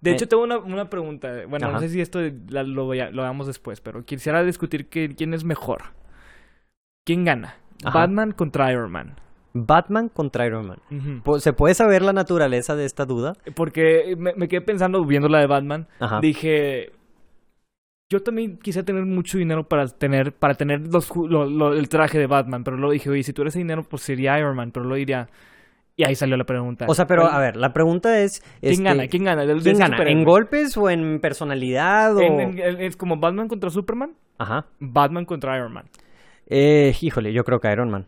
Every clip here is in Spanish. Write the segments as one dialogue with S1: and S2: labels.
S1: De
S2: Me-
S1: hecho, tengo una, una pregunta. Bueno, no
S2: Eh, Ajá.
S1: sé si esto la- lo, voy a- lo hagamos después, pero quisiera discutir que- quién es mejor. ¿Quién gana?
S2: Ajá.
S1: ¿Batman contra Iron Man?
S2: Batman contra Iron Man.
S1: Ujú.
S2: Po- ¿Se puede saber la naturaleza de esta duda?
S1: Porque me, me quedé pensando, viendo la de Batman,
S2: Ajá.
S1: dije... Yo también quisiera tener mucho dinero para tener para tener los, ju- lo- lo- el traje de Batman, pero luego dije, oye, si tuviera ese dinero, pues sería Iron Man, pero luego diría... Y ahí salió la pregunta.
S2: O sea, pero
S1: ¿Cuál-
S2: a ver, la pregunta es...
S1: ¿Quién
S2: este,
S1: gana? ¿Quién gana? De- de
S2: ¿quién
S1: ese
S2: gana? ¿En
S1: superhéroe.
S2: golpes o en personalidad? O...
S1: En- en- en- es como Batman contra Superman,
S2: Ajá.
S1: Batman contra Iron Man.
S2: Eh, híjole, yo creo que Iron Man.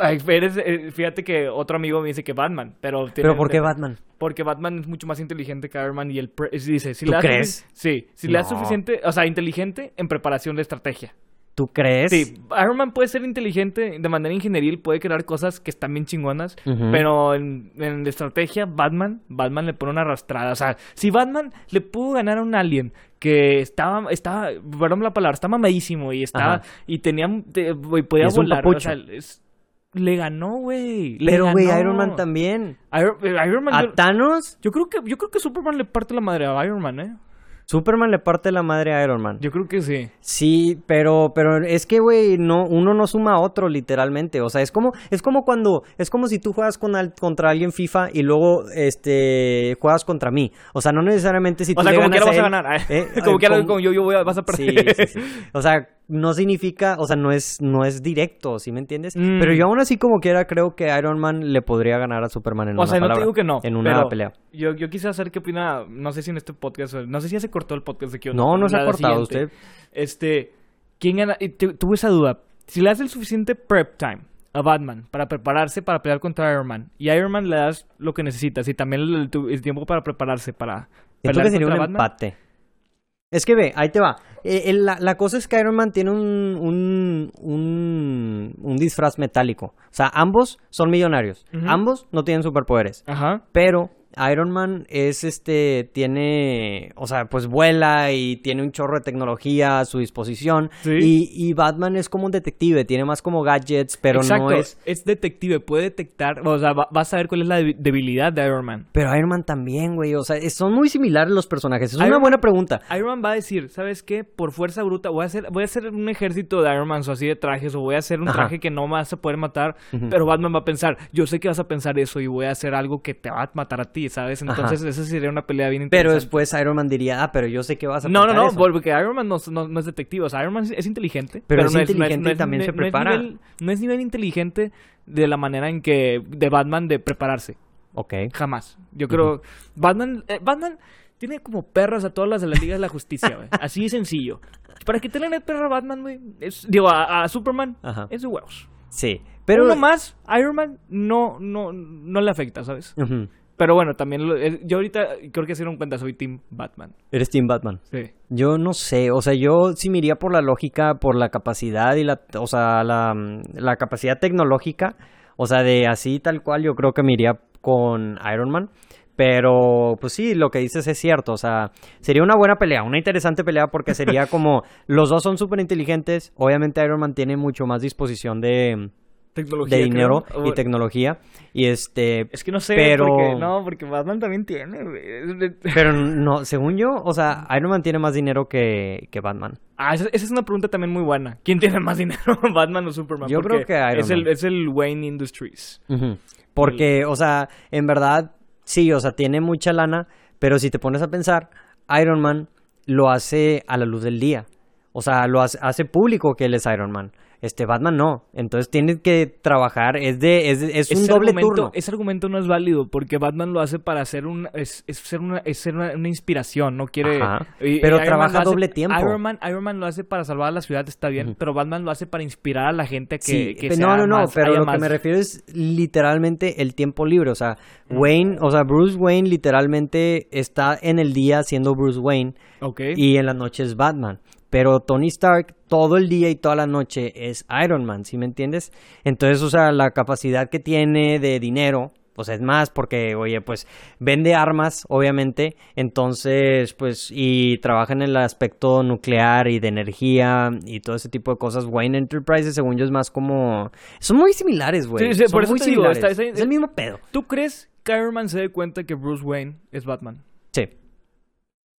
S1: Ay, eres- eh, fíjate que otro amigo me dice que Batman, pero... tiene-
S2: ¿Pero por qué Batman?
S1: Porque Batman es mucho más inteligente que Iron Man y él pre- es- dice... Si
S2: ¿Tú
S1: le das
S2: crees?
S1: sufici- Sí, si le das
S2: No.
S1: suficiente... O sea, inteligente en preparación de estrategia.
S2: ¿Tú crees?
S1: Sí, Iron Man puede ser inteligente de manera ingenieril, puede crear cosas que están bien chingonas,
S2: Ujú.
S1: pero en, en la estrategia, Batman, Batman le pone una arrastrada. O sea, si Batman le pudo ganar a un alien que estaba, estaba, perdón la palabra, estaba mamadísimo y estaba,
S2: Ajá.
S1: y tenía, te- y podía
S2: Y es un
S1: volar, o
S2: papucho.
S1: sea, es- le ganó, güey. le
S2: Pero, güey,
S1: ganó.
S2: Iron Man también.
S1: Iron, eh, Iron Man, yo,
S2: A Thanos,
S1: yo creo que, yo creo que Superman le parte la madre a Iron Man, eh.
S2: Superman le parte la madre a Iron Man.
S1: Yo creo que sí.
S2: Sí, pero, pero es que, güey, no, uno no suma a otro, literalmente. O sea, es como, es como cuando, es como si tú juegas con al- contra alguien FIFA y luego, este, juegas contra mí. O sea, no necesariamente si
S1: O
S2: tú
S1: sea,
S2: le
S1: como
S2: ganas
S1: quiera vas a
S2: él-
S1: ganar.
S2: eh,
S1: como
S2: eh,
S1: quiera,
S2: como-
S1: como yo, yo voy a- vas a
S2: Sí,
S1: perder.
S2: sí, sí. O sea, no significa, o sea, no es, no es directo, ¿sí me entiendes?
S1: Mm.
S2: Pero yo aún así como quiera creo que Iron Man le podría ganar a Superman en
S1: O
S2: una
S1: sea, no te
S2: palabra,
S1: digo que no.
S2: en una
S1: pero
S2: pelea.
S1: Yo, yo quise hacer qué opina, no sé si en este podcast, o- no sé si ya se cortó el podcast de Kioto.
S2: No, no se ha
S1: la
S2: cortado
S1: siguiente.
S2: usted.
S1: Este, ¿quién gana? Y tu- tuve esa duda. Si le das el suficiente prep time a Batman para prepararse para pelear contra Iron Man, y a Iron Man le das lo que necesitas y también el, tu- el tiempo para prepararse para
S2: Siento
S1: pelear
S2: que sería un
S1: contra Batman.
S2: empate. Es que ve, ahí te va. Eh, el- la, la cosa es que Iron Man tiene un, un, un, un disfraz metálico. O sea, ambos son millonarios.
S1: Ujú.
S2: Ambos no tienen superpoderes.
S1: Ajá.
S2: Pero Iron Man es este, tiene, o sea, pues vuela y tiene un chorro de tecnología a su disposición.
S1: Sí.
S2: Y, y Batman es como un detective, tiene más como gadgets, pero
S1: Exacto,
S2: no es...
S1: detective, puede detectar, o sea, va, va a saber cuál es la debi- debilidad de Iron Man.
S2: Pero Iron Man también, güey, o sea, es- son muy similares los personajes. Es una
S1: Iron-
S2: buena pregunta.
S1: Iron Man va a decir, ¿sabes qué? Por fuerza bruta, voy a hacer, voy a hacer un ejército de Iron Man o así de trajes, o voy a hacer un
S2: Ajá.
S1: traje que no me vas a poder matar,
S2: Ujú.
S1: pero Batman va a pensar, yo sé que vas a pensar eso y voy a hacer algo que te va a matar a ti, ¿sabes? Entonces esa sería una pelea bien
S2: Pero
S1: interesante.
S2: después Iron Man diría, ah, pero yo sé que vas a
S1: no, no,
S2: pensar
S1: no,
S2: eso".
S1: porque Iron Man no, no- no es detective, o sea, Iron Man es- es inteligente.
S2: Pero es
S1: no no
S2: inteligente y también se
S1: no es
S2: prepara.
S1: nivel- no es nivel inteligente de la manera en que, de Batman, de prepararse.
S2: Ok.
S1: Jamás. Yo creo. Batman, eh, Batman tiene como perras a todas las de la Liga de la Justicia, güey. Así de sencillo. Para que te le perro a Batman, güey. es- Digo, a, a Superman,
S2: Ajá.
S1: es de huevos.
S2: Sí.
S1: Pero
S2: Pero...
S1: uno más, Iron Man no, no, no le afecta, ¿sabes?
S2: Ujú.
S1: Pero bueno, también lo- eh, yo ahorita creo que se dieron cuenta, soy Team Batman.
S2: Eres Team Batman.
S1: Sí.
S2: Yo no sé, o sea, yo sí me iría por la lógica, por la capacidad y la, o sea, la, mm, la capacidad tecnológica, o sea, de así tal cual, yo creo que me iría con Iron Man. Pero, pues sí, lo que dices es cierto, o sea, sería una buena pelea, una interesante pelea porque sería como, los dos son súper inteligentes, obviamente Iron Man tiene mucho más disposición de,
S1: Tecnología.
S2: de dinero
S1: creo,
S2: y
S1: o-
S2: tecnología, y este,
S1: Es que no sé,
S2: pero-
S1: porque, no, porque Batman también tiene, güey.
S2: pero no, según yo, o sea, Iron Man tiene más dinero que, que Batman.
S1: Ah, esa, esa es una pregunta también muy buena. ¿Quién tiene más dinero, Batman o Superman?
S2: Yo creo
S1: Porque
S2: que Iron
S1: es el,
S2: Man.
S1: es el Wayne Industries.
S2: Ujú. Porque, o sea, en verdad, sí, o sea, tiene mucha lana, pero si te pones a pensar, Iron Man lo hace a la luz del día. O sea, lo hace, hace público que él es Iron Man. Este Batman no. Entonces tiene que trabajar, es de, es, de- es un
S1: Ese
S2: doble
S1: argumento-
S2: turno.
S1: Ese argumento no es válido porque Batman lo hace para hacer un, es, es ser una, es ser una, una inspiración, no quiere...
S2: Ajá.
S1: y-
S2: Pero
S1: Iron Man
S2: trabaja
S1: lo hace-
S2: doble tiempo.
S1: Iron Man, Iron Man lo hace para salvar a la ciudad, está bien, pero Batman lo hace para inspirar a la gente que...
S2: Sí,
S1: que
S2: pe-
S1: sea
S2: no, no, no,
S1: más-
S2: pero
S1: haya
S2: lo que
S1: más-
S2: me refiero es literalmente el tiempo libre. O sea, Wayne, o sea, Bruce Wayne literalmente está en el día siendo Bruce Wayne.
S1: Ok.
S2: y en las noches Batman. Pero Tony Stark todo el día y toda la noche es Iron Man, ¿sí me entiendes? Entonces, o sea, la capacidad que tiene de dinero, pues es más porque, oye, pues vende armas, obviamente, entonces, pues, y trabaja en el aspecto nuclear y de energía y todo ese tipo de cosas. Wayne Enterprises, según yo, es más como... Son muy similares, güey.
S1: Sí, sí,
S2: Son
S1: por eso
S2: muy
S1: te digo,
S2: similares.
S1: está- está-
S2: Es el mismo pedo.
S1: ¿Tú crees que Iron Man se dé cuenta que Bruce Wayne es Batman?
S2: Sí.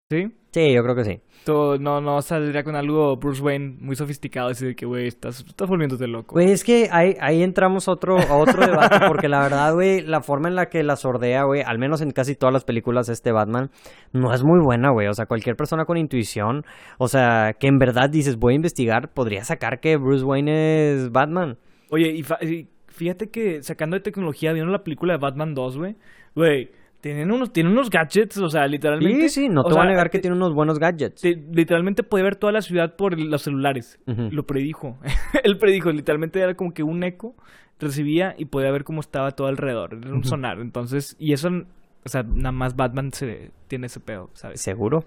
S1: ¿Sí?
S2: Sí, yo creo que sí.
S1: Todo- no, no saldría con algo Bruce Wayne muy sofisticado, así de que, güey, estás, estás volviéndote loco.
S2: Güey, es que ahí, ahí entramos otro, a otro debate, porque la verdad, güey, la forma en la que la sordea, güey, al menos en casi todas las películas de este Batman, no es muy buena, güey. O sea, cualquier persona con intuición, o sea, que en verdad dices, voy a investigar, podría sacar que Bruce Wayne es Batman.
S1: Oye, y, fa- y fíjate que sacando de tecnología, vieron la película de Batman 2, güey. Güey, tienen unos, tienen unos gadgets, o sea, literalmente.
S2: Sí, sí, no
S1: o
S2: te
S1: sea, eh,
S2: voy a negar que
S1: te-
S2: tiene unos buenos gadgets.
S1: te- literalmente puede ver toda la ciudad por los celulares.
S2: Ujú.
S1: Lo predijo. Él predijo, literalmente era como que un eco recibía y podía ver cómo estaba todo alrededor. Era un
S2: Ujú.
S1: sonar. Entonces, y eso, o sea, nada más Batman se tiene ese pedo, ¿sabes?
S2: ¿Seguro? O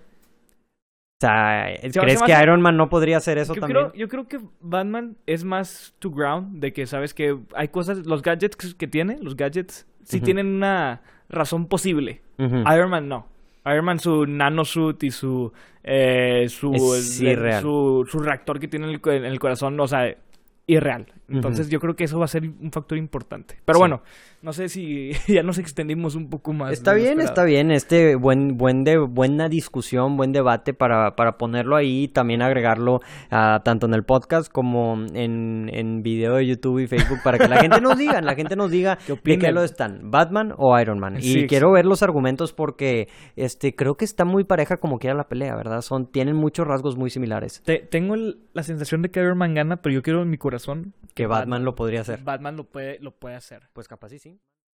S2: sea,
S1: Se-
S2: ¿crees
S1: se me
S2: que
S1: hace-
S2: Iron Man no podría hacer eso
S1: Yo
S2: también?
S1: creo, yo creo que Batman es más to ground, de que sabes que hay cosas, los gadgets que- que tiene, los gadgets, sí
S2: Ujú.
S1: tienen una razón posible.
S2: Ujú.
S1: Iron Man no. Iron Man su nanosuit y su eh, su,
S2: Es
S1: el- el-
S2: irreal.
S1: su su reactor que tiene en el, cu- en el corazón, o sea, irreal. Entonces yo creo que eso va a ser un factor importante. Pero
S2: Sí.
S1: bueno, no sé si ya nos extendimos un poco más.
S2: Está bien, está bien. Este buen, buen de, buena discusión, buen debate para, para ponerlo ahí y también agregarlo ah, tanto en el podcast como en, en video de YouTube y Facebook para que la gente nos diga, la gente nos diga
S1: ¿Qué
S2: de qué
S1: opinan?
S2: lo están, Batman o Iron Man. Y
S1: Sí, exacto.
S2: quiero ver los argumentos porque este creo que está muy pareja como quiera la pelea, ¿verdad? Son, tienen muchos rasgos muy similares.
S1: Te- tengo el- la sensación de que Iron Man gana, pero yo quiero en mi corazón
S2: Que Batman lo podría hacer.
S1: Batman lo puede lo puede hacer.
S2: Pues capaz sí, sí.